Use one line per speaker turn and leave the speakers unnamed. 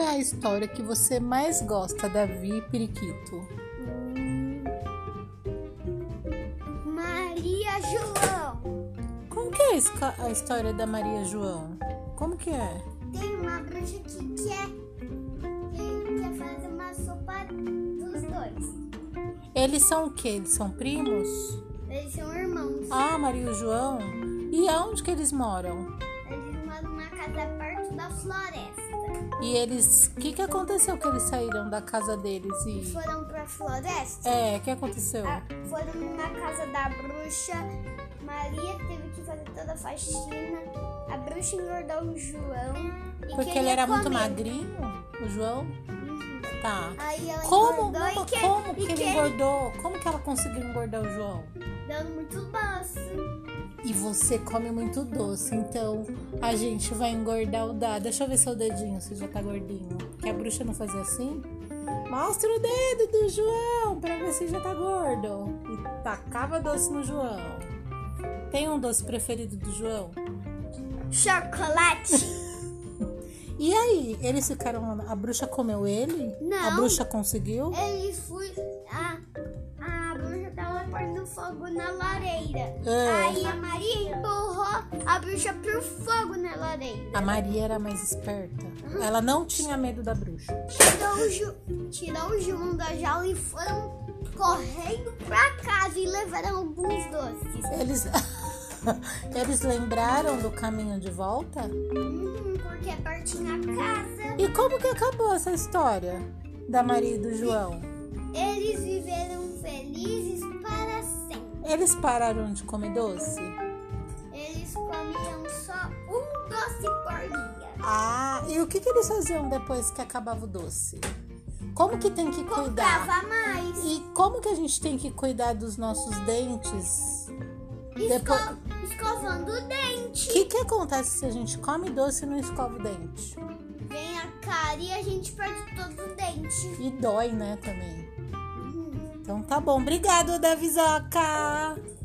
é a história que você mais gosta, Davi Periquito?
Hum. Maria João.
Como que é a esco- a história da Maria João? Como que é?
Tem uma bruxa que quer, que quer fazer uma sopa dos dois.
Eles são o quê? Eles são primos?
Eles são irmãos.
Ah, Maria e João. E aonde que eles moram?
Eles moram numa casa perto da floresta.
E eles... O que que aconteceu que eles saíram da casa deles e...
Foram pra floresta?
É, o que aconteceu?
Ah, Foram numa casa da bruxa. Maria teve que fazer toda a faxina. A bruxa engordou o João. E
Porque ele
queria
era muito
comer.
magrinho, o João? Tá.
Aí ela
Como?
engordou
Mama,
e que,
como que
e
ele engordou? Como que ela conseguiu engordar o João?
dando muito doce.
E você come muito doce, então a gente vai engordar o dado. Deixa eu ver seu dedinho, se já tá gordinho. Que a bruxa não fazia assim? Mostra o dedo do João pra ver se já tá gordo. E tacava doce no João. Tem um doce preferido do João?
Chocolate.
E aí, eles ficaram lá. A bruxa comeu ele? A
Não.
bruxa conseguiu?
ele foi. A, a bruxa tava pondo fogo na lareira.
É.
Aí a Maria empurrou a bruxa pro fogo na lareira.
A Maria era mais esperta. Ela não tinha medo da bruxa.
Tirou o, Ju- tirou o João da jaula e foram correndo pra casa e levaram alguns doces.
Eles. Eles lembraram do caminho de volta?
Hum, porque é pertinho da casa.
E como que acabou essa história da Maria e do João?
Eles viveram felizes para sempre.
Eles pararam de comer doce?
Eles comiam só um doce por dia.
Ah, e o que, que eles faziam depois que acabava o doce? Como que tem que cuidar?
Comprava mais.
E como que a gente tem que cuidar dos nossos dentes? Depo-
Esco- Escovando o
O
dente.
que, que acontece se a gente come doce e não escova o dente?
Vem a cara e a gente perde todo o dente.
E dói, né, também. Então tá bom. Obrigado, Davizoca!